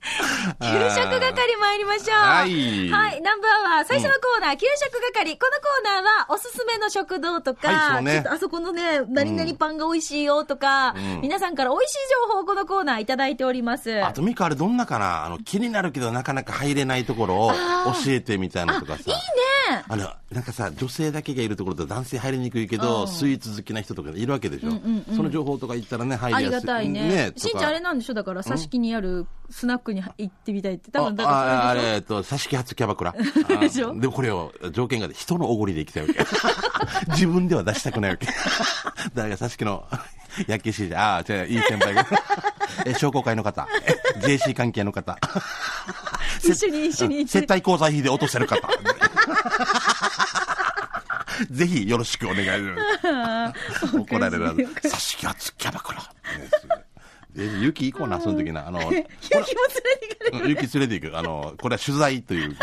給食係参りましょう。ははいい。ナンバーワン、最初のコーナー、給食係。このコーナーは、おすすめの食堂とはいそか、うねちょっとあそこのね、何々パンが美味しいよとか、皆さんから美味しい情報をこのコーナーいただいております。あとミカあれどんなかなあの気になるけどなかなか入れないところを教えてみたいなのとかさ。いいねあの、なんかさ、女性だけがいるところと男性入りにくいけど、スイーツ好きな人とかいるわけでしょ。その情報とか言ったらね、入ありりやすい。がたいね。としんかちゃんあれなんでしょだから、挿し木にあるスナックに行ってみたいって。多分、だああかあらそれでしょれ、えっと、挿し木発キャバクラ。 でしょあーでもこれを、条件が人のおごりで行きたいわけ。 自分では出したくないわけ。 誰が挿し木の 焼き師じゃ、ああ、じゃいい先輩が。え、商工会の方。 え JC 関係の方。一緒に一緒 に 接待交際費で落とせる方。 ぜひよろしくお願いします。怒られるわ。挿し木発キャバクラ。ねすごいぜひ、雪行こうな、その時な。 あの、気も連れてくる。うん勇気連れていく。あの、これは取材という。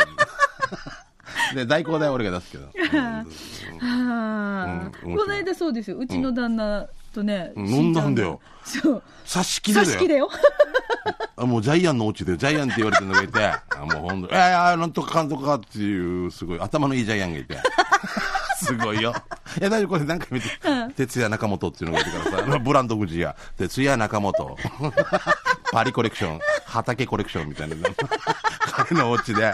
で、代行代は俺が出すけど。ああ、うんこの間そうですよ。うちの旦那とね。うんしちゃ飲んだんだよ。そう。差し切挿れし木だよ。だよ。あもうジャイアンのオチで、ジャイアンって言われてるのがいて、あもうほんと、いやいや、なんとかかんとかっていう、すごい、頭のいいジャイアンがいて。すごいよ。いや、大丈夫、これなんか見て、哲也中本っていうのがいてからさ、あのブランド富士や、哲也中本、パリコレクション、畑コレクションみたいな、 彼のお家で、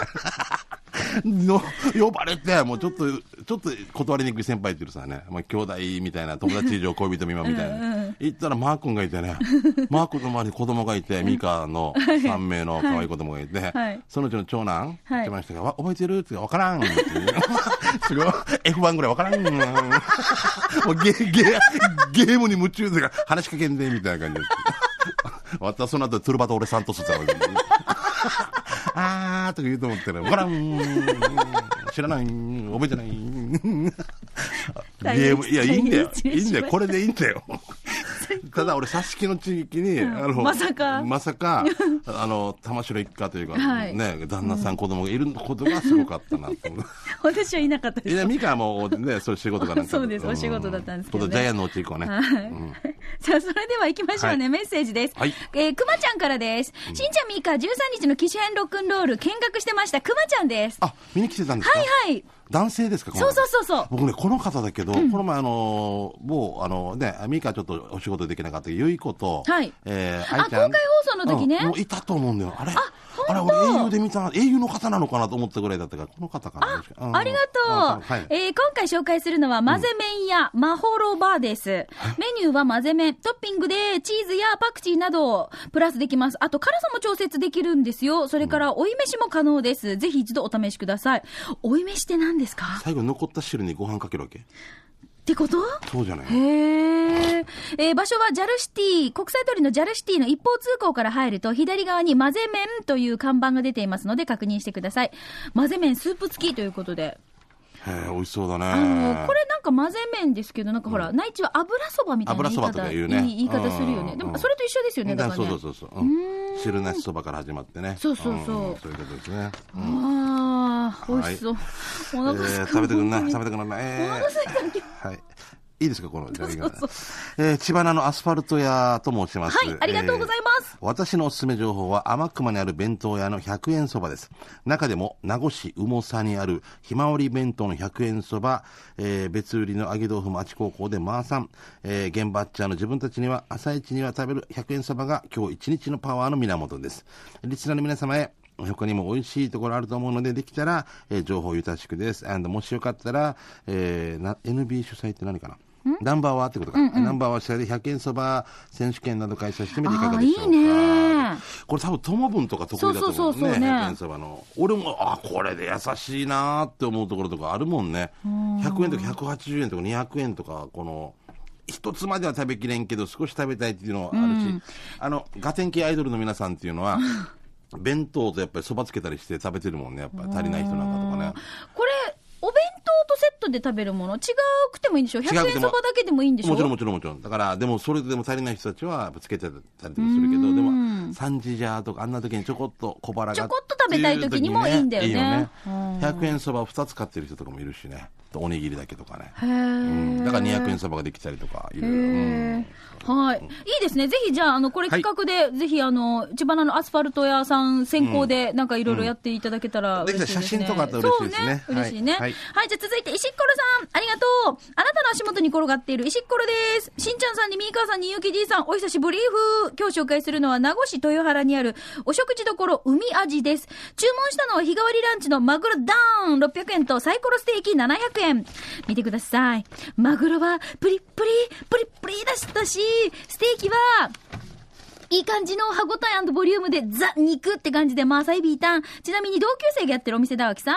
の呼ばれて、もうちょっと、ちょっと断りにくい先輩っていうさね、まあ、兄弟みたいな、友達以上恋人未満みたいな。行ったらマー君がいて ね、マー君の周りに子供がいて、ミカの3名の可愛い子供がいて、はいそのうちの長男、はい一番下が、わ覚えてるって言うからわからんっていう。すごい。F1 ぐらいわからん。 もうゲゲゲームに夢中で話しかけんで、みたいな感じで。 私その後、トゥルバと俺サントスって言ったら、あーとか言うと思ったら、わからん。知らない。覚えてない。ゲーム、いや、いいんだよ。いいんだよ。これでいいんだよ。ただ俺、挿し木の地域に、あの、まさかまさか、あの、玉城一家というか、はいね、旦那さん、子供がいることがすごかったなと思う。私はいなかったでいす。や、ミカもね、そういう仕事がなんか。そうですお仕事だったんですけどね今度ジャイアンのうち行こうね。はいさあ、それでは行きましょうはね。いメッセージです。はいえー、くまちゃんからです。しんちゃんみーか、13日の機種編ロックンロール見学してました。くまちゃんです。あ、見に来てたんですかはいはい。男性ですかこのそ方うそうそうそう。僕ね、この方だけど、この前、あのー、もう、あのね、ミカちょっとお仕事できなかったけど、ゆい子と、はいえー、あ愛ちゃん公開放送の時ねうんもういたと思うんだよ。あれあ本当れ、俺、英雄で見た、英雄の方なのかなと思ったぐらいだったから、この方かな。うんありがんとう、はい。えー今回紹介するのは、混ぜ麺やまほろばです。メニューは混ぜ麺。トッピングでチーズやパクチーなどをプラスできます。あと、辛さも調節できるんですよ。それから、追い飯も可能です。ぜひ一度お試しください。追い飯って何ですか最後、残った汁にご飯かけるわけってことそうじゃないへーえー場所はジャルシティ、国際通りのジャルシティの一方通行から入ると、左側に混ぜ麺という看板が出ていますので、確認してください。混ぜ麺スープ付きということで。へー美味しそうだね。あのこれなんか混ぜ麺ですけど、なんかほら、内地は油そばみたいな言い油そばと方か言うねいい言い方するうんうんようね。んでも、それと一緒ですよね、だからそうね。そうそうそう、うん、汁なしそばから始まってねそうそうそうんそういうことですね、ああ、美味しそう。えお腹すーいた。食べてくんな本食当べてにくんなおえ腹すいた。ー、はいいいですかこのジャリガそうそうえー、千葉のアスファルト屋と申しますはいありがとうございまえーす、私のおすすめ情報は天熊にある弁当屋の100円そばです中でも名護市羽茂佐にあるひまわり弁当の100円そば、えー別売りの揚げ豆腐町高校でマーさん、えー、現場っちゃーの自分たちには朝一には食べる100円そばが今日一日のパワーの源ですリスナーの皆様へ他にも美味しいところあると思うので、できたら、えー情報ゆたしくです。and もしよかったら、えーな NB 主催って何かなナンバーワーってことか。ナンバーワー主催で100円そば選手権など開催してみていかがでしょうか。あーいいねこれ多分友分とか得意だと思うね。そうそうそうそうね100円そばの。俺も、あ、これで優しいなーって思うところとかあるもんね。100円とか180円とか200円とか、この、一つまでは食べきれんけど、少し食べたいっていうのはあるし、あの、ガテン系アイドルの皆さんっていう のは、弁当とやっぱりそばつけたりして食べてるもんね、やっぱり足りない人なんかとかね。これ、お弁当とセットで食べるもの違くてもいいんでしょ ?100 円そばだけでもいいんでしょもちろんもちろんもちろん。だから、でもそれでも足りない人たちはやっぱつけてたりとかするけど、でも、サンジジャーとかあんな時にちょこっと小腹が。ちょこっと食べたい時にもいいんだよねいいよね。100円そば2つ買ってる人とかもいるしね。とおにぎりだけとかね。へうんーだから200円鯖ができたりとか、いろいろ。うへんーはい。いいですね。ぜひ、じゃあ、あの、これ企画で、ぜひ、あの、千葉のアスファルト屋さん先行で、なんかいろいろやっていただけたら嬉しいですね。できたら写真とかあったら嬉しいですねそうね。嬉しいね。はいははいい。じゃあ続いて、石っころさん、ありがとう。あなたの足元に転がっている石っころです。しんちゃんさんに、みーかーさんに、ゆうきじいさん、お久しぶりふー。今日紹介するのは、名護市豊原にある、お食事処、海味です。注文したのは、日替わりランチのマグロダーン600円と、サイコロステーキ700円。見てください。マグロは、プリップリ、プリップリだしたし、ステーキは、いい感じの歯ごたえボリュームでザ肉って感じでマーサイビータン。ちなみに同級生がやってるお店だわけさ。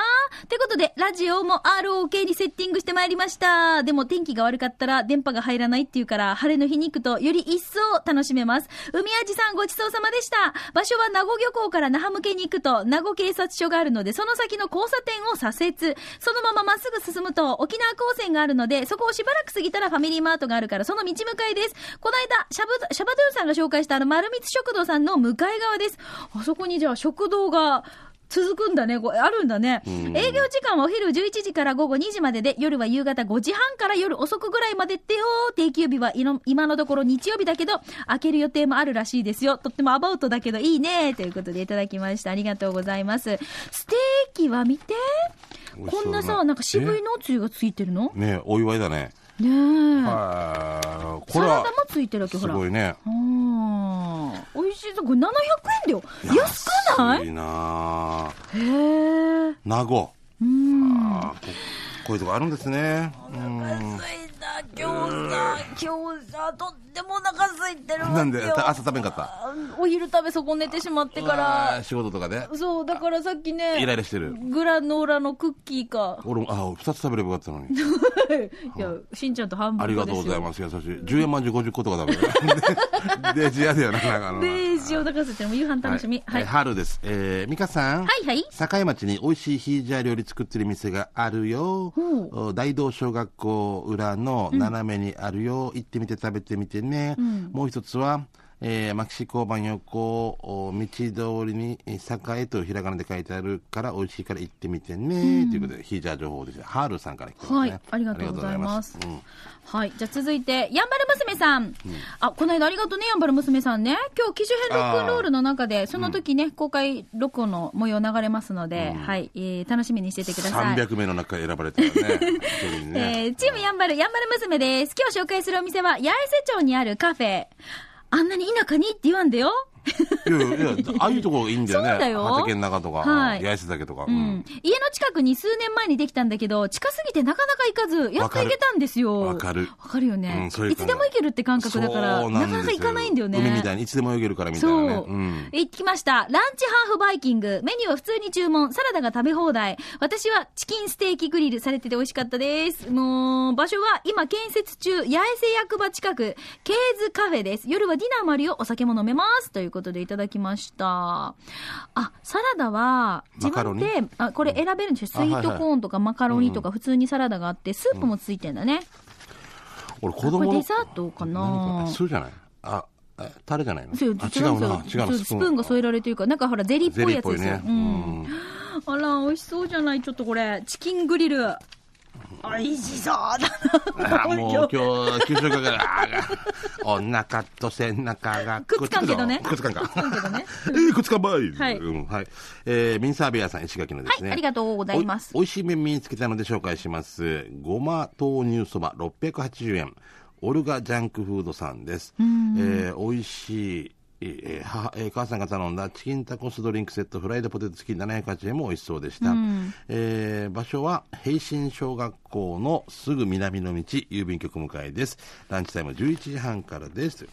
ということで、ラジオも ROK にセッティングしてまいりました。でも天気が悪かったら電波が入らないっていうから、晴れの日に行くとより一層楽しめます。海味さんごちそうさまでした。場所は名護漁港から那覇向けに行くと、名護警察署があるので、その先の交差点を左折。そのまままっすぐ進むと、沖縄高専があるので、そこをしばらく過ぎたらファミリーマートがあるから、その道向かいです。この間、シャブ、シャバドゥンさんが紹介したあの、丸光食堂さんの向かい側です。あそこにじゃあ食堂が、続くんだね。これあるんだね。営業時間はお昼11時から午後2時までで、夜は夕方5時半から夜遅くぐらいまでってよ。定休日はいの今のところ日曜日だけど、開ける予定もあるらしいですよ。とってもアバウトだけどいいね。ということでいただきました。ありがとうございます。ステーキは見て。美味しそうこだんなさ、なんか渋いのつゆがついてるのねお祝いだね。ねえ。はこサれラはダも、ついてるわけ、すほら。ごいね。あー美味しいぞ。これ700円だよ。安くない安いなあへえ。名護。うん。あーここういうとこあるんですね。うんついた餃子餃子とってもお腹空いてるわなんで、けよた朝食べんかったお昼食べ損ねてしまってかあーら。仕事とかで。そう、だからさっき ね。イライラしてる。グラノーラのクッキ ーか。俺も、ああ、二つ食べればよかったのに。いや、しんちゃんと半分ありがとうございす。ます。優しい。10円まんじゅう50個とか食べる。でで、ジアだよな、なんかあの。で、塩高瀬ちゃんも夕飯楽しみ。は。はいい。は春です。えー、美香さん。いはい。境町に美味しいヒージャー料理作ってる店があるよ、お大道小学校裏の斜めにあるよ、行ってみて食べてみてね、もう一つは、えー、マキシ交番横お道通りにえー栄とひらがなで書いてあるから美味しいから行ってみてね、ということでヒージャー情報ですハールさんから来てますはねい、ありがとうございますありがとうございま。はい、じゃあ続いて、やんばる娘さん。あ、この間ありがとうね、やんばる娘さんね。今日、機種編ロックンロールの中で、その時ね、公開録音の模様流れますので、はい、えー楽しみにしててください。うん、300名の中から選ばれたらね本当にねえーチームやんばる、やんばる娘です。今日紹介するお店は、八重瀬町にあるカフェ。あんなに田舎にって言わんでよ。いやいやいや、ああいうとこがいいんだよね。そうだよ畑の中とか、はい八重瀬岳とか。ううんん、家の近くに数年前にできたんだけど、近すぎてなかなか行かず、やっと行けたんですよ。わかるわかるよね、うんそれいつでも行けるって感覚だから、そうなんですかよなか行かないんだよね。海みたいにいつでも泳げるからみたいなね。そう、ん。行ってきました。ランチハーフバイキング。メニューは普通に注文。サラダが食べ放題。私はチキンステーキグリルされてて美味しかったです。もう、場所は今建設中、八重瀬役場近く、ケーズカフェです。夜はディナーもあるよ。お酒も飲めます。ということでいただきました。あ、サラダは、自分でマカ、あ、これ選べるんですよ。スイあはーいトはいコーンとかマカロニとか普通にサラダがあって、スープもついてんだね。俺子こ供の。れデザートかな何これ酢じゃないあ、えタレじゃないのそうよあ、違違ううのな。違うそうスプーンが添えられてるから、なんかほら、ゼリーっゼぽリいーっやつぽいですよね。。ううんん。あら、美味しそうじゃない。ちょっとこれ、チキングリル。美味しそうだあもう今日、給食係、あー お腹と背中が くっつかんけどねくっつくぞくっつかんか。けどね。えー、くっつかん ばい。はいうん、はい。えー、ミンサーベアさん、石垣のですね。はいありがとうございますお美味しい麺見つけたので紹介します。ごま豆乳そば680円。オルガジャンクフードさんです。えー、美味しい。えーえー母えー母さんが頼んだチキンタコスドリンクセットフライドポテト付き780円も美味しそうでした、えー場所は平新小学校のすぐ南の道郵便局向かいですランチタイム11時半からです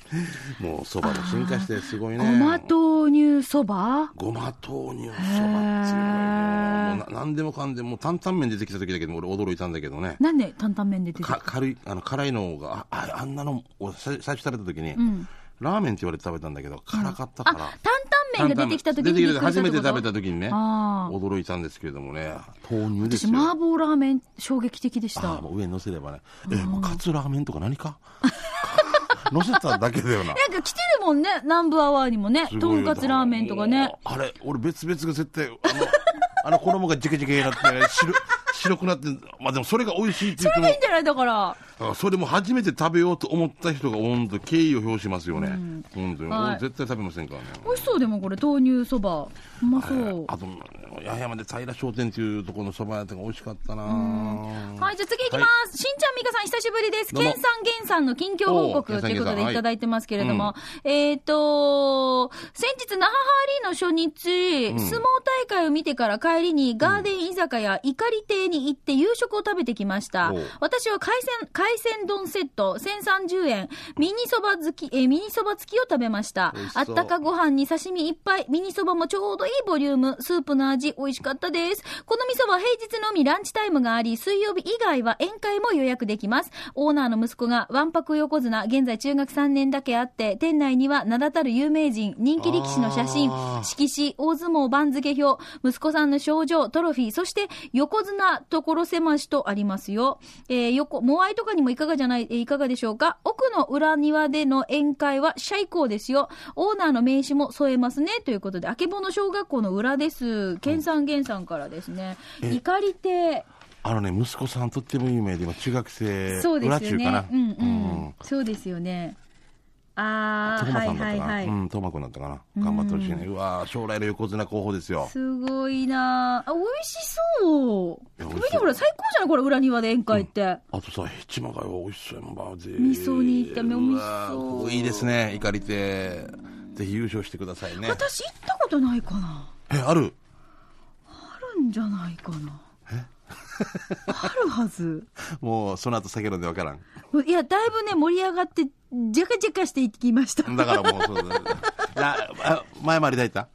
もうそばも進化してすごいねごま豆乳そばごま豆乳そばっていうのはもうな何でもかんでも担々麺出てきた時だけど俺驚いたんだけどねなんで担々麺で出てくかる軽いあの辛いのがあああんなの俺さ最初食べた時に、ラーメンって言われて食べたんだけど辛かったかあ、ら、担々麺が出てきた時に出てびきってくりし初ためて食べってこた時にねあー驚いたんですけれどもね豆乳とです私、よ麻婆ラーメン衝撃的でしあたー。もう上に乗せればねえもうカツラーメンとか何 か 乗せただけだよななんか来てるもんね、南部アワーにもね。すとごいんよかつラーメンとかね。。 あれ、俺別々が絶対、あの、あの衣がジケジケになって、汁、白くなってんまあでもそれが美味しいってそ言ってれがいいもんじゃないだから。あそれも初めて食べようと思った人が本当敬意を表しますよね、本当に、はい俺絶対食べませんからね美味しそうでもこれ、豆乳そば。うまそう。あと八重山で平商店っていうところのそば屋とか美味しかったなはい、じゃあ次いきます。しんちゃん、みかさん、久しぶりです。どけうんもさん、げんさんの近況報お告うということけんさんげんさでんいただいてますけれども、えっ、と、先日、那覇ハーリーの初日、相撲大会を見てから帰りに、ガーデン居酒屋、いかり亭に行って夕食を食べてきましたおう。私は海鮮、海鮮丼セット、1030円、ミニそば付き、えーミニそば付きを食べました美味し。あそうったかご飯に刺身いっぱい、ミニそばもちょうどいいボリューム、スープの味、美味しかったです。この店は平日のみランチタイムがあり、水曜日以外は宴会も予約できます。オーナーの息子がわんぱく横綱、現在中学3年だけあって、店内には名だたる有名人、人気力士の写真あ、ー色紙、大相撲番付表、息子さんの賞状、トロフィー、そして横綱所狭しとありますよ。えー横、モアイとかにもいかがじゃない、えーいかがでしょうか奥の裏庭での宴会は最高ですよ。オーナーの名刺も添えますね。ということで、あけぼの小学校の裏です。健さん健さんからですね。怒り亭。あのね息子さんとっても有名で今中学生そうで裏すよ中かなね。うんううんん。そうですよね。あトー、マはさいんだっはたいかな、はい。うんトマくんだったかな頑張ってほしいね、うわー将来の横綱候補ですよすごいなああ、美味しそう。いや美味しそ食うべてほら、最高じゃないこれ、裏庭で宴会って。あとさ、ヘチマが美味しそうやん、バーで。味噌煮炒め美味しそうわここいいですね、怒りて。ぜひ優勝してくださいね。私、行ったことないかな。え、あるあるんじゃないかな。あるはず。もう、その後酒飲んでわからん。いや、だいぶね、盛り上がって、じゃかじゃかしていきました。だからもう、 そうだ。なあ前回り抱いた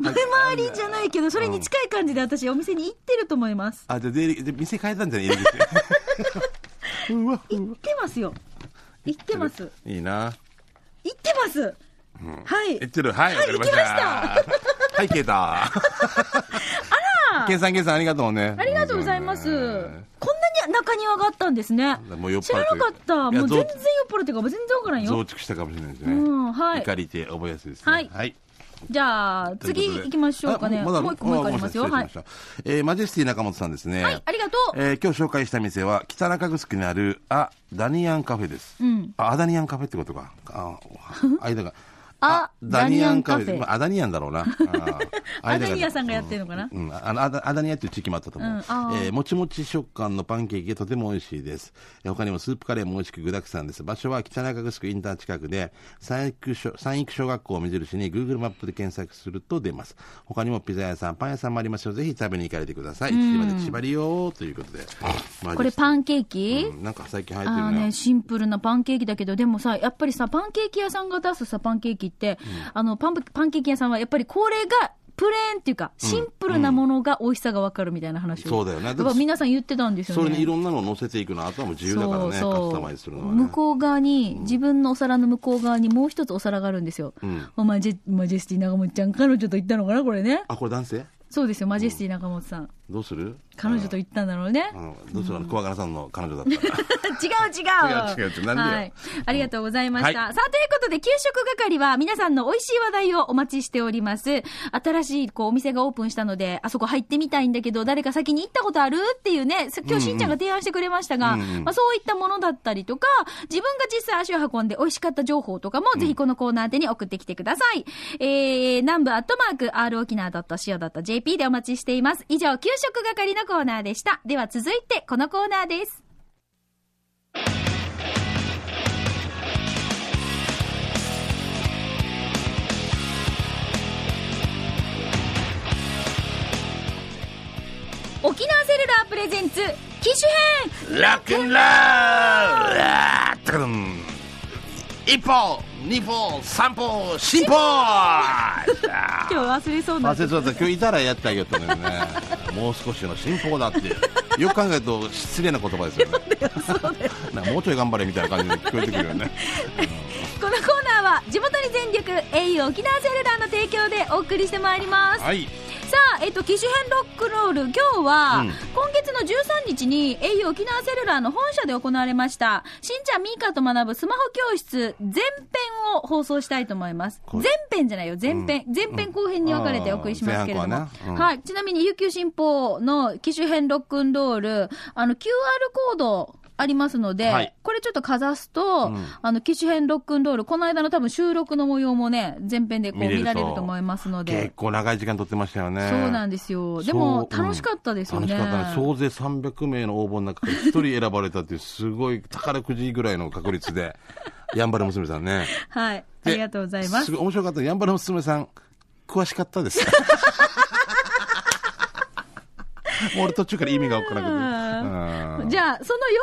前回りじゃないけど、それに近い感じで私、お店に行ってると思います。あ、じゃあ出入り、で店変えたんじゃない入り 口うわ、うわ。行ってますよ。行ってます。いいな。行ってます。はい言っ。てる。はい、わかりました。行はい、消えた。あ らケンさん、ケンさん、ありがとうね。ありがとうございます。こんなに中庭があったんですねもう酔。っ払って知らなかった。いやもう全然ぞ酔っ払ってるから、全然わからん増よ。築したかもしれないですね。うんはい怒りて覚えやすいですね。はいはいじゃあ、次行きましょうかね。あももうだ一個、もう一個ありますよ。あごはめんいな。さい失礼しましたえーマジェスティ中本さんですね。はい、ありがとう。えー今日紹介した店は北中城にあるアダニアンカフェです、んあアダニアンカフェってことかあ間が あでダニアンカフェまあ、アダニアンだろうなあー アダ間がニアさんがやってるのかなうん、あのアダアダニアっていう地域もあったと思う、うんあーえーもちもち食感のパンケーキがとても美味しいですえー他にもスープカレーも美味しく具沢山です場所は北中城インター近くで三育小三育小学校を目印に Google マップで検索すると出ます他にもピザ屋さんパン屋さんもありますのでぜひ食べに行かれてください千葉で縛りよということでこれンパンケーキなんか最近流行ってああるねね、シンプルなパンケーキだけど、でもさ、やっぱりさ、パンケーキ屋さんが出すさ、パンケーキって、あの、パン、パンケーキ屋さんはやっぱりこれが、プレーンっていうか、シンプルなものが美味しさがわかるみたいな話を。そうだよねやっぱ皆さん言ってたんですよね。それにいろんなのを乗せていくのあとはもう自由だからねそうそうカスタマイズするのはね向こう側に、自分のお皿の向こう側にもう一つお皿があるんですよ。おマジェマジェスティ長本ちゃん、彼女と行ったのかな、これね。あこれ男性そうですよ、マジェスティ長本さん。どうする彼女と行ったんだろうね。あのどうするあの小柄さんの彼女だったら 違違う違うう違うなんでよはい、ありがとうございました、はさあということで給食係は皆さんの美味しい話題をお待ちしております新しいこうお店がオープンしたのであそこ入ってみたいんだけど誰か先に行ったことあるっていうねす今日しんちゃんが提案してくれましたが、まあ、そういったものだったりとか自分が実際足を運んで美味しかった情報とかもぜひこのコーナー宛てに送ってきてください、えー、南部アットマーク r 沖縄 .co.jp でお待ちしています以上給食係のコーナーでしたでは続いてこのコーナーです沖縄セルラープレゼンツ機種編ラックンラール一歩二歩三歩進 歩忘今日忘れそうなれそうだった今日いたらやってあげようと思うよねもう少しの進歩だってよく考えると失礼な言葉ですよねなんかもうちょい頑張れみたいな感じで聞こえてくる よねこのコーナーは地元に全力 au 沖縄セルラーの提供でお送りしてまいります、はいささあ、えっと、機種編ロックロール、今日は、うん今月の13日に、au 沖縄セルラーの本社で行われました、しんちゃんみーかと学ぶスマホ教室、前編を放送したいと思います。こ前れ編じゃないよ、前編。前編後編に分かれてお送りしますけれども。あー前半後はねうんはい。ちなみに、琉球新報の機種編ロックンロール、あの、QR コード、ありますので、はいこれちょっとかざすと、うんあの、機種編ロックンロール、この間の多分収録の模様もね、前編でこう見れる見らとれると思いますので。結構長い時間撮ってましたよね。そうなんですよ。でも、そううん楽しかったですよね。楽しかったね。総勢300名の応募の中から1人選ばれたっていう、すごい宝くじぐらいの確率で、 やんばる娘さんね。はい。あでりがとうございますす。ごい面白かった。やんばる娘さん、詳しかったです。 もう俺途中から意味が分からなくて。じゃゃあ、その様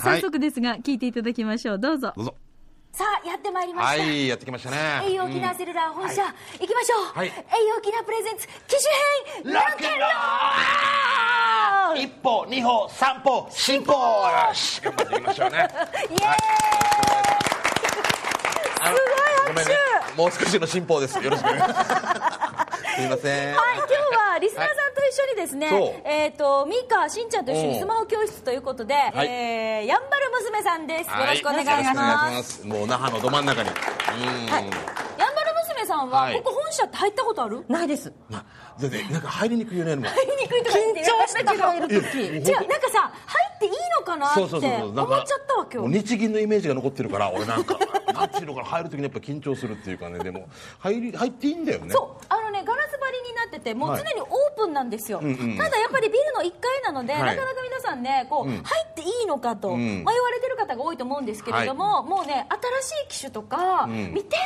子を早速ですが、聞いていただきましょう。どうぞど。うぞ。さあ、やってまいりまはした。い、やってきましたね。栄養沖縄セルラー本社、行きましょう。はい栄養沖縄プレゼンツ、機種編、ラッキーラー一歩二歩三歩進歩よし頑張っていきましょうねイエーイあのごめんねもう少しの進歩です よろしくすいませんはい、今日はリスナーさんと一緒にですね、はいそうえっ、と、ミカ、しんちゃんと一緒にスマホ教室ということで、はいえー、やんばる娘さんです。よろしくお願いしはよろくおま願いしす。すもう那覇のど真ん中にうん、はい、やんばる娘さんは、はいここ本社って入ったことあるな いです。な全然なんか入りにくいよねもう入りにくいとか言って緊張して入る時違う、なんかさ、入っていいのかなってそ思うっそうちそうゃそうっだからたわけもよう。日銀のイメージが残ってるから俺なんかあっちのから入るときにやっぱ緊張するっていうかねでも入り入っていいんだよねそうあのねガラス張りになっててもう常にオープンなんですよ、ただやっぱりビルの1階なので、はいなかなか皆さんねこう、入っていいのかと迷われてる方が多いと思うんですけれども、もうね新しい機種とか、見て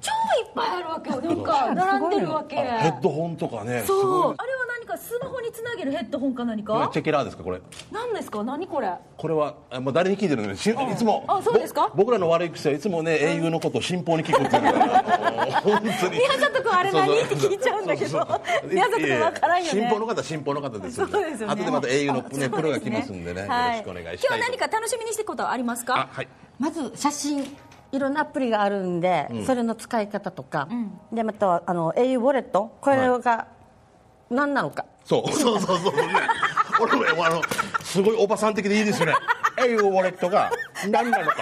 超いっぱいあるわけよ なんか並んでるわけヘッドホンとかねすそごういあれは何かスマホにつなげるヘッドホンか何これかチェケラーですかこれ何ですか何これこれはあもう誰に聞いてるのねしいつもあそうですかぼ僕らの悪い癖はいつもね英雄のことを信奉に聞くっていうの が本当に宮里君あれ何って聞いちゃうんだけど宮里君わからんよね信奉の方は信奉の方ですそうですよね後でまた英雄の、あそうですね、プロが来ますんでね、はよろしくお願いしたい今日何かか楽しみにしていくことはありますあかはいまず写真。いろんなアプリがあるんで、それの使い方とか、でまたあの au ウォレットこれが何なのか、そう そうそうそう、ね、俺もあのすごいおばさん的でいいですよね英雄ウォレットが何なのか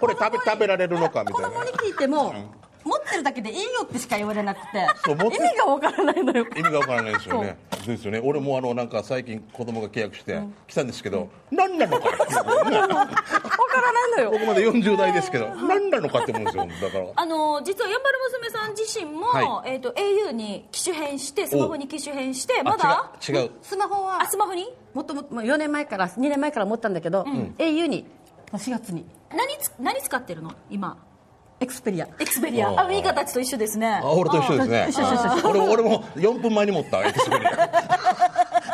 これ食べ食べられるのかみ子たいな供に聞いても、持ってるだけでいいよってしか言われなくてそう持って意味がわからないのよ意味がわからないですよねですよね俺もあのなんか最近子供が契約して来たんですけど、何なのかっていうねわからないのよ僕まだ40代ですけど何なのかって思うんですよだからあの実はやんばる娘さん自身も、はえー、と au に機種変してスマホに機種変してまだあ違う違うスマホあはスマホにもともと4年前から2年前から持ったんだけど、au に4月に何つ何使ってるの今エクスペリアエクスペリアあーあミカたちと一緒ですねあ俺と一緒ですね一緒一緒一緒あー俺俺も4分前に持ったエクスペリア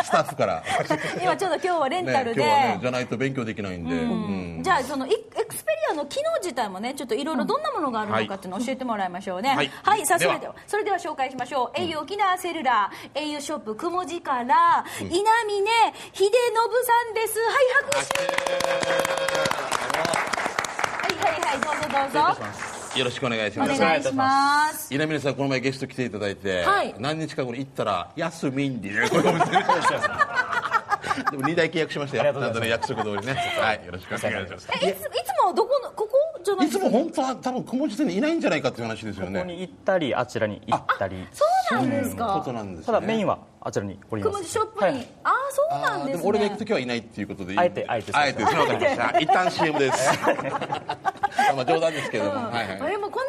スタッフから今ちょうど今日はレンねタルで、今日はねじゃないと勉強できないんで、うんじゃあそのいエクスペリアの機能自体もねちょっといろいろどんなものがあるのかっていうのを教えてもらいましょうねははいい、さあそではれではそれでは紹介しましょう、au 沖縄セルラー au ショップくもじから、稲峰秀信さんですはい拍手はいはいはいどうぞどうぞよろしくお願いしおます願いします稲峰さんこの前ゲスト来ていただいて、はい何日か後に行ったら「やすみん」で ねこれお店ねでも2台契約しましたよありがとうございちゃんとね約束通りねはいよろしくお願いしますえいついつもどこのここじゃないいつも本当は多分雲地点にいないんじゃないかっていう話ですよここねに行ったりあちらに行ったりそうなんですこかとなんですたねだメインはあちらにおりくもますじショップに、はいああそうあなんーでですも俺が行ねく時はいないっていうことでいいあえてあえてあえてですねわかりました一旦 CM です まあ冗談ですけれども、はいはいあれもこの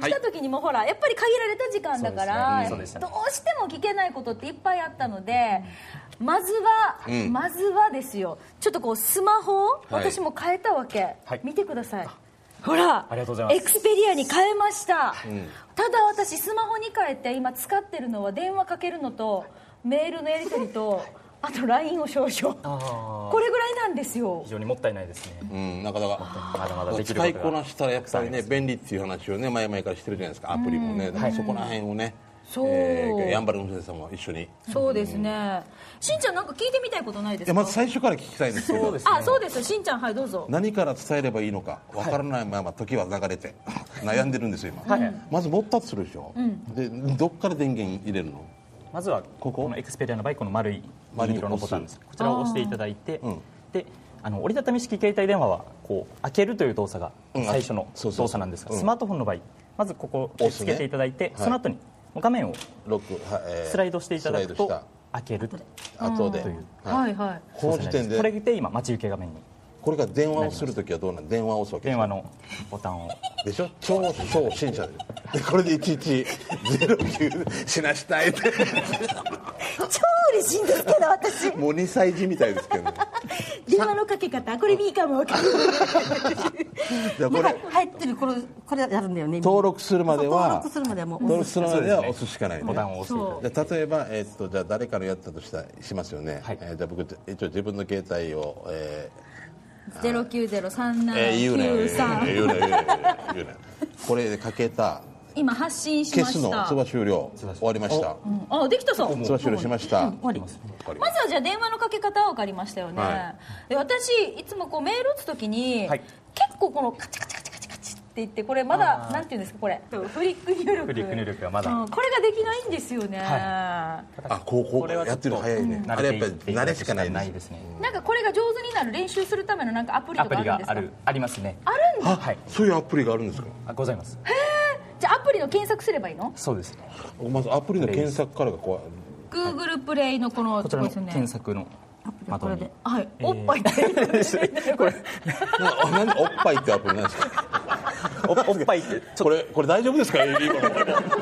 間ね来た時にもほらやっぱり限られた時間だから、そうどうですねうんそうでしたしてねも聞けないことっていっぱいあったので、まずは、まずはですよちょっとこうスマホをはい私も変えたわけ、はい見てくださいほらありがとうございますエクスペリアに変えました、ただ私スマホに変えて今使ってるのは電話かけるのとメールのやり取りとあと LINE を少々あーこれぐらいなんですよ非常にもったいないですねうん、なかなかまだまだで使きるこいとこながしたらやっぱりね便利っていう話をね前々からしてるじゃないですかアプリもね、だからそこら辺をね、そうヤンバルの先生さんも一緒にいそうですねしんちゃんなんか聞いてみたいことないですかやまず最初から聞きたいんですけどあそうですしんちゃんはいどうぞ何から伝えればいいのかわからないまま時は流れて悩んでるんですよ今、まず持ったとするでしょ、でどっから電源入れるのまずはここのエクスペリアの場合この丸い銀色のボタンですこちらを押していただいてであの折りたたみ式携帯電話はこう開けるという動作がうん最初のそうそうそう動作なんですがスマートフォンの場合まずここ押をすつねけていただいてその後に画面をロックはえースライドしていただくスラとイ開けるとドした後で、というはいはいはいこの時点これでで今待ち受け画面にこれが電話をするときはどうなん電話を押すわけでし電ょ話のボタンをでしょ超超新車ででこれでいちいち09死なしたいって超嬉しいんですけど 私もう2歳児みたいですけどね 電話のかけ方これいいかもわかんでこないれ入ってるこれこれやるんだよね登録するまでは登録するまではもう登録するまでは押すしかないねボタンを押していただいてで例えば、えーっとじゃあ誰かのやったとしたらしますよね、はいえーじゃあ僕一応自分の携帯を、えゼロ九ゼロ三ーえー七言うね九三。言うね言うね言うね言うねこれでかけた今発信し消ました。すの通話終了終わりましたうんあ、できたそう。通話終了しました、終わまずはじゃあ電話のかけ方は分かりましたよね、はで私いつもこうメール打つ時に、はい結構このカチカチカチカチカチって言ってこれまだなんていうんですかこれフリック入力フリック入力がまだうんこれができないんですよね、はあ高校これはちやょっってとるの早いね、あれやっぱり慣れしかないないでですすねなんかこれが上手になる練習するためのなんかアプリアとプかあリるんがですかあるありますねあるんだはいそういうアプリがあるんですかあございますじゃあアプリの検索すればいいのそうですねまずアプリの検索からが怖い Google プレイのこのことちこらのですよ検ね索の的にはい、おっぱ いって これななんでおっぱいってアプリなんですかおおっぱいってこれこれ大丈夫ですか今の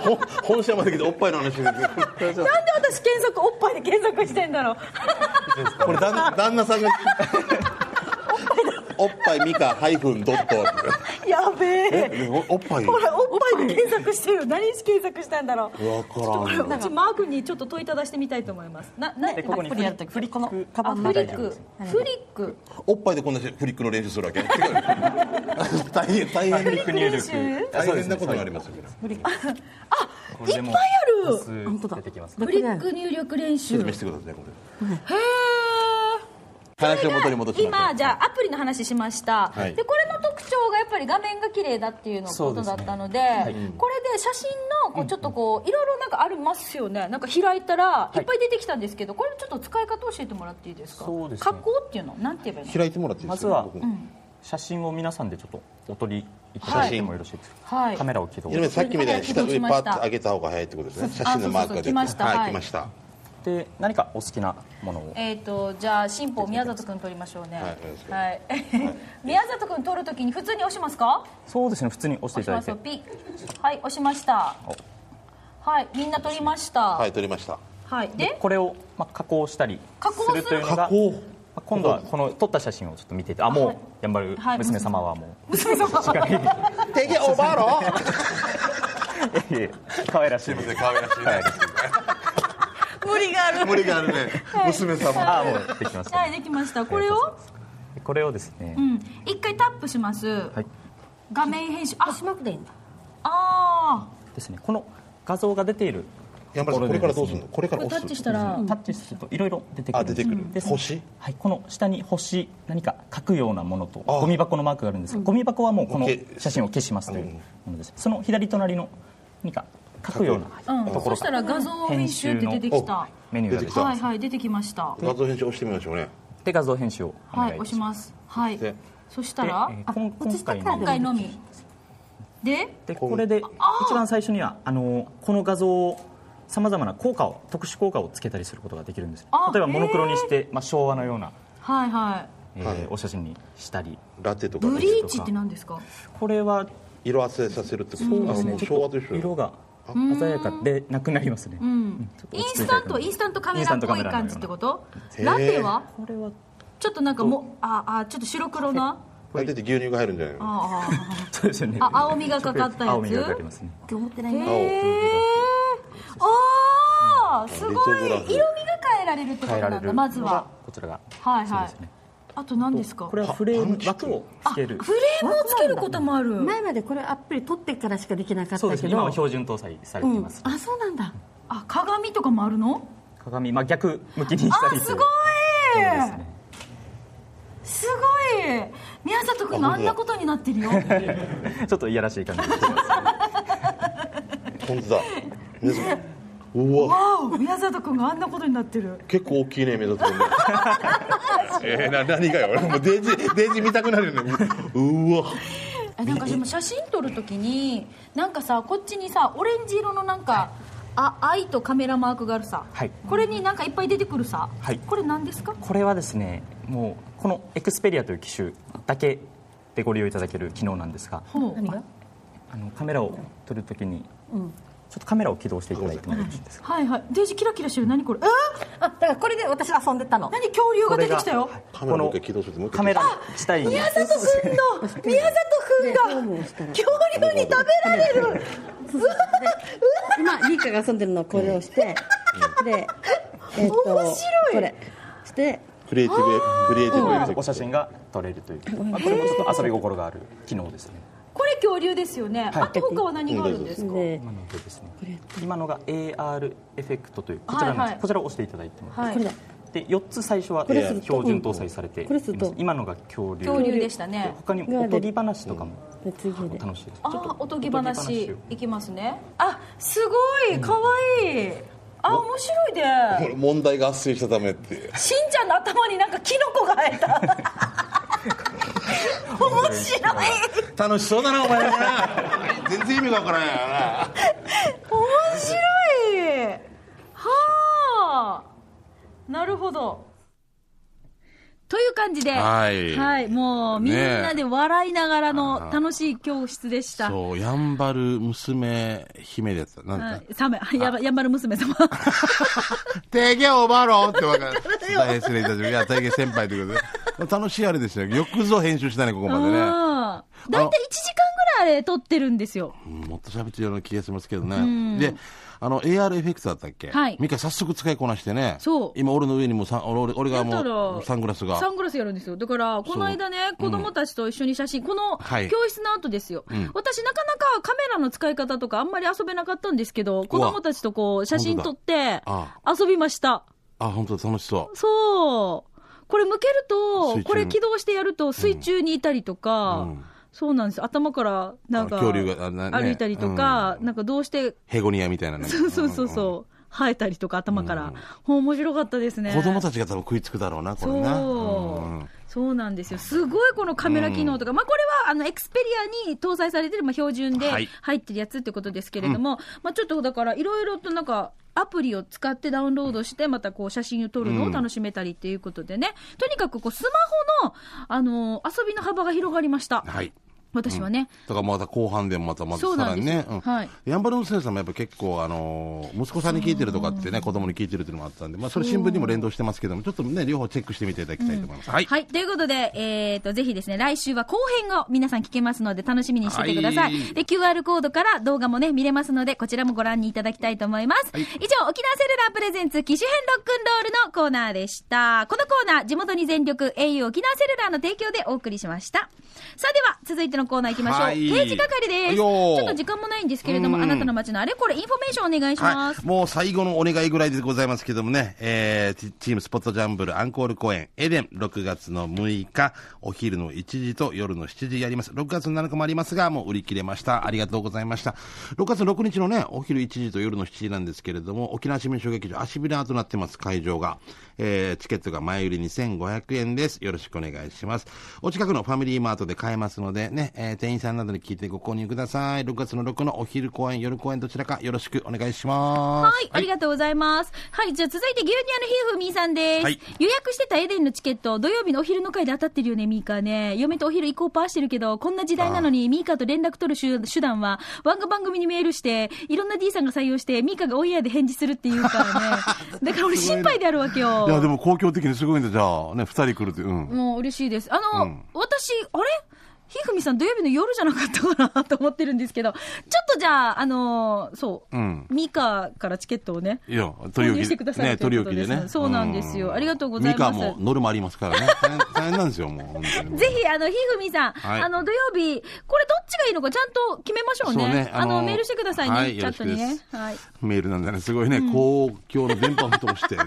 ほん本社まで来ておっぱいの話が出てくるなんで私検索おっぱいで検索してんだろうこれ旦旦那さんがおっぱいミカハイフンドットやべえおおっぱいこれおっぱいで検索してるよ何し検索したんだろうわからんこれうちマークにちょっと問いただしてみたいと思います ななでここにアプリやるときフリッこクのカバあンフのリ中ッにクフリックおっぱいでこんなフリックの練習するわけ違う大変大フ変リック入力大変なことになりますよこれこれでもいっぱい複本当数だ出てきますフリック入力練習説明へしてくださいこれえ話を元に戻しましょう今じゃあアプリの話しました、はいでこれの特徴がやっぱり画面が綺麗だっていうのそこうとですだねったのでこれで写真のこうちょっとこういろいろなんかありますよねなんか開いたらいっぱい出てきたんですけどこれちょっと使い方教えてもらっていいですかそうですね加工っていうのなんて言えばいいの開いてもらっていいでますずかは僕写真を皆さんでちょっとお撮りいただいてもよろしいですか、はいカメラを起動井上さんさっきみたいに下上起動しパまーしたッと上げた方が早いってことですね写あ真のマークが出てそうそうそう来ましたははいい来ましたで何かお好きなものをえー、とじゃあ新法宮里君取りましょうねははいい、は宮里君取るときに普通に押しますかそうですね普通に押して押いしただまいすてよピッはい押しましたはいみんな取りましたは、はいい撮りましたでこれを、まあ、加工したり加工すするるというのが加工まあ今度はこの撮った写真をちょっと見ていてあもうやんばるはい娘様はもう娘さん は手毛オーバーローいえいえ可愛らしいです可愛らしいね無理がある無理があるね娘さんもああもうできました、はいできましたこれを、これをですね、うん、一回タップします、はい画面編集あしまくでいいんだあですねこの画像が出ているやっぱりこれからどうするのこれかーらこれタ押ッチしすたら、タッチするといろいろ出てくるあ出てくるんです星はい、この下に星何か書くようなものとああゴミ箱のマークがあるんですがゴミ箱はもうこの消写真を消しますというものですその左隣の何か書くようなうんとこそろしたらが画像編集って出てきたメニューが出て出てききたたはいはい出てきました画像編集押してみましょうねで画像編集をお願はいいい押たししまますはいでそしすたでらえーあこん映今した回からの今回のみででこれで一番最初にはあのこの画像をさまざまな効果を特殊効果をつけたりすることができるんですあ例えばモノクロにして、まあ、昭和のような、はいはえーはいお写真にしたりラテといかブリーチって何ですかこれは色あせさせるってことそうですあねのち昭ょ和とっと一緒色が鮮やかでなくなりますね、うんインスタントインスタントカメラっぽい感じってことントカメララのようなテはこれはちょっとなんかもああちょっと白黒なラテって牛乳が入るんじゃないのあそうですよねあ青みがかかったやつ青みがかかりますねって思ってなあいへなえああすごいリトグラ色フ味が変えられるってこと変えらなれんだるまずはこちらがはいそうはですいねあと何ですかこれはフレーパンムチ枠をあつけるフレームをつけることもある前までこれアプリ取ってからしかできなかっそうたですけね今どは標準搭載されています、あそうなんだあ鏡とかもあるの鏡、まあ、逆向きにしたりあというすごいそうですねすごい宮里君があんなことになってるよ ちょっといやらしい感じです本当だ皆さんうわわお宮里君があんなことになってる結構大きいね目立つ ねえー、な何がよ俺もうデージデージ見たくなるよねうわえなんかでも写真撮るときになんかさこっちにさオレンジ色のなんかあ愛とカメラマークがあるさ、はいこれになんかいっぱい出てくるさ、はいこれ何ですかこれはですねもうこのエクスペリアという機種だけでご利用いただける機能なんですが何まあのカメラを撮るときに、ちょっとカメラを起動していただいてもよろしいですかはいはいデージキラキラしてる何これえー、あだからこれで私遊んでたの何恐竜が出てきたよカメラもう一回起動するもう一カ回メラ自体に宮里君の 宮里君が恐竜に食べられる今リカが遊んでるのをこれをして、で、えっと面白いこれしてクリエイティブクリエイティブエフェクトお写真が撮れるという、まあ、これもちょっと遊び心がある機能ですねこれ恐竜ですよね、あと他は何があるんですか、で今のでですね今のが AR エフェクトというこちら,、はいはいこちらを押していただいても、はいこれだで4つ最初はこれすると標準搭載されていこれますすると今のが恐竜恐竜でしたね他にもおとぎ話とかもで次で楽しいですああおとぎおとぎ話をいきますねあすごいかわいいあ面白いでこれ問題が発生したためってしんちゃんの頭になんかキノコが生え た面白い楽しそうだなお前 らもな全然意味がわからないよな面白いはあなるほどという感じで、はいもうみんなで笑いながらの楽しい教室でした。そうやんばる娘姫だったなんだ、はい、サメ、やば、やんばる娘 様。定義オーバーローって分かる。大変失礼いたしました。いや、定義先輩ということで。楽しいあれでしたよ。よくぞ編集したね、ここまでね。あーだいたい1時間ぐらいあれ撮ってるんですよ。うんもっと喋ってるような気がしますけどね。で、あの、AR エフェクトだったっけはいミカ早速使いこなしてね。そう今、俺の上にもさ、俺、俺俺がやったもらう、サングラスが。サングラスやるんですよ。だから、この間ね、子供たちと一緒に写真、このはい教室の後ですよ、ん私、なかなかカメラの使い方とかあんまり遊べなかったんですけど、子供たちとこう、写真撮ってあ、遊びました。あ、本当だ楽しそう。そう。これ向ける水中とに、これ起動してやると水中にいたりとか、うんそうなんです。頭からなんかあの恐竜があなね歩いたりとか、なんかどうして、ヘゴニアみたいなね。そうそうそうそう、生えたりとか頭から。ほん面白かったですね。子供たちが多分食いつくだろうな、これね。そう、うんうんそうなんですよ、すごいこのカメラ機能とか、まあ、これはあのエクスペリアに搭載されてる、まあ、標準ではい入ってるやつってことですけれども、まあ、ちょっとだから、いろいろとなんか、アプリを使ってダウンロードして、またこう写真を撮るのを楽しめたりっていうことでね、とにかくこうスマホの、あのー遊びの幅が広がりました、はい。私はね。だからまた後半でもまたまたそさうならんでにすよね、うんはいやんばる娘さんもやっぱ結構、あのー息子さんに聞いてるとかってね、子供に聞いてるっていうのもあったんで、まあ、それ新聞にも連動してますけども、ちょっとね、両方チェックしてみていただきたいと思います。はい。はい。ということで、えっ、と、ぜひですね、来週は後編を皆さん聞けますので、楽しみにしててください。はいで、QR コードから動画もね、見れますので、こちらもご覧にいただきたいと思います。以上、沖縄セルラープレゼンツ、機種編ロックンロールのコーナーでした。このコーナー、地元に全力、au 沖縄セルラーの提供でお送りしました。さあ、では、続いてのコーナー行きましょう。はい刑事係ではす。いちよーょっと時間もないんですけれども、あなたの街のあれこれ、インフォメーションお願いしまはす。い、もう最後のお願いぐらいでございますけどもね、えーチチームスポットジャンブルアンコール公演、エデン、6月の6日、お昼の1時と夜の7時やります。6月の7日もありますが、もう売り切れました。ありがとうございました。6月6日のね、お昼1時と夜の7時なんですけれども、沖縄市民小劇場、足ビラーとなってます、会場が。えーチケットが前売り2500円です。よろしくお願いします。お近くのファミリーマートで買えますので、ね、えー店員さんなどに聞いてご購入ください。6月の6のお昼公演、夜公演どちらかよろしくお願いします。はい、ありがとうございます。はい、じゃあ続いて牛乳屋のひふみーさんです、はい予約してたエデンのチケット、土曜日のお昼の会で当たってるよね、ミーカーね。嫁とお昼行こうパーしてるけど、こんな時代なのにミーカーと連絡取る手手段は、ワンガ番組にメールして、いろんな D さんが採用して、ミーカーがオンエアで返事するっていうからね。 だから俺心配であるわけよ。いや、でも公共的にすごいんだ、じゃあ、ね、二人来るって、うん。もう嬉しいです。あの、私、あれひふみさん土曜日の夜じゃなかったかなと思ってるんですけど、ち ょっとじゃあ、あのそう、うんミカからチケットをね、いや、購入してくださいね、と取いりうこ置ときですでね。そうなんですよありがとうございますミカもノルマありますからね。大変大変なんですよ、もう、本当に。 ぜひ、あの、ひふみさん、はいあの、土曜日、これどっちがいいのかちゃんと決めましょうね。そうねあの、あのメールしてくださいね、はいチャットによろねし。はい。メールなんだね。すごいね。公共の電波を通して。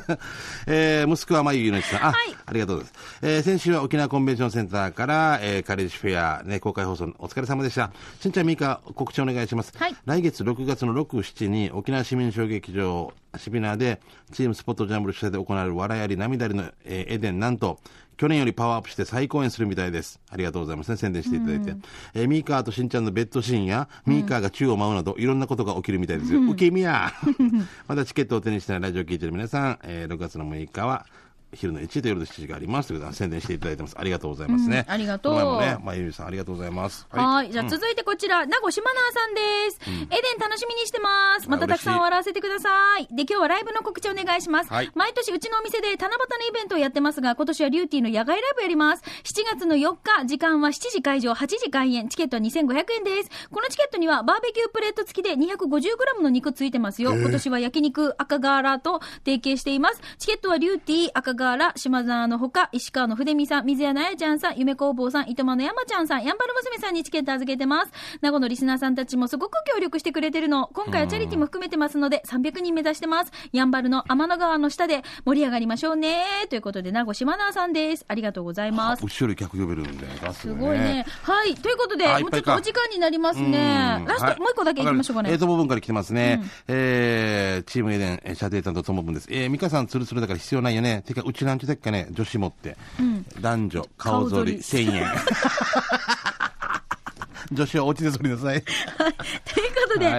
えー、息子はまゆゆのちさん。あ、はいありがとうございます。えー、先週は沖縄コンベンションセンターから、えー、帰カレッジフェア、ね、公開放送お疲れ様でした。しんちゃん、みーか、告知お願いします。はい来月6月の6、7に沖縄市民小劇場シビナーでチームスポットジャンブル主催で行われる笑いあり涙ありの、えーエデン、なんと去年よりパワーアップして再公演するみたいです。ありがとうございますね。宣伝していただいて。えーミーカーとしんちゃんのベッドシーンや、ミーカーが宙を舞うなど、いろんなことが起きるみたいですよ。受け身や まだチケットを手にしてないラジオを聞いてる皆さん、えー6月の6日は、昼の1時と夜の7時がありますということで宣伝していただいてます。ありがとうございますね。うんありがとうこの前もね、まあ、ゆうさんありがとうございます。はい。じゃあ続いてこちら、名護島奈さんです。エデン楽しみにしてます。またたくさん笑わせてください。で、今日はライブの告知お願いします。はい毎年うちのお店で七夕のイベントをやってますが、今年はリューティーの野外ライブやります。7月の4日、時間は7時会場、8時開演、チケットは2500円です。このチケットにはバーベキュープレート付きで 250g の肉ついてますよ。今年は焼肉赤瓦と提携しています。チケットはリューティー、赤瓦、島沢のほか、石川の筆見さん、水谷なやちゃんさん、夢工房さん、いとまの山ちゃんさん、やんばる娘さんにチケット預けてます。名護のリスナーさんたちもすごく協力してくれてるの。今回はチャリティーも含めてますので、300人目指してます。やんばるの天の川の下で盛り上がりましょうね。ということで、名護島奈さんです。ありがとうございます。後ろに客呼べるんで、すすごいね。。はい。ということで、あいもうっぱちょいっとかお時間になりますね。ラスト、もう一個だけ行きましょうかね。えー、ともぶんから来てますね。えー、チームエデン、えー射程担当ともぶんです。えー、ミカさん、ツルツルだから必要ないよね。てか、うちなんちゅうだっけかね、女子持って。男女、顔ぞり、顔ぞ 1000円。女子はお家でぞりなさ い。ということで、は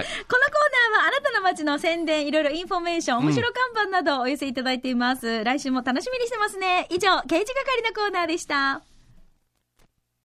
このコーナーはいあなたの街の宣伝、いろいろインフォメーション、面白看板などをお寄せいただいています。来週も楽しみにしてますね。以上、刑事係のコーナーでした。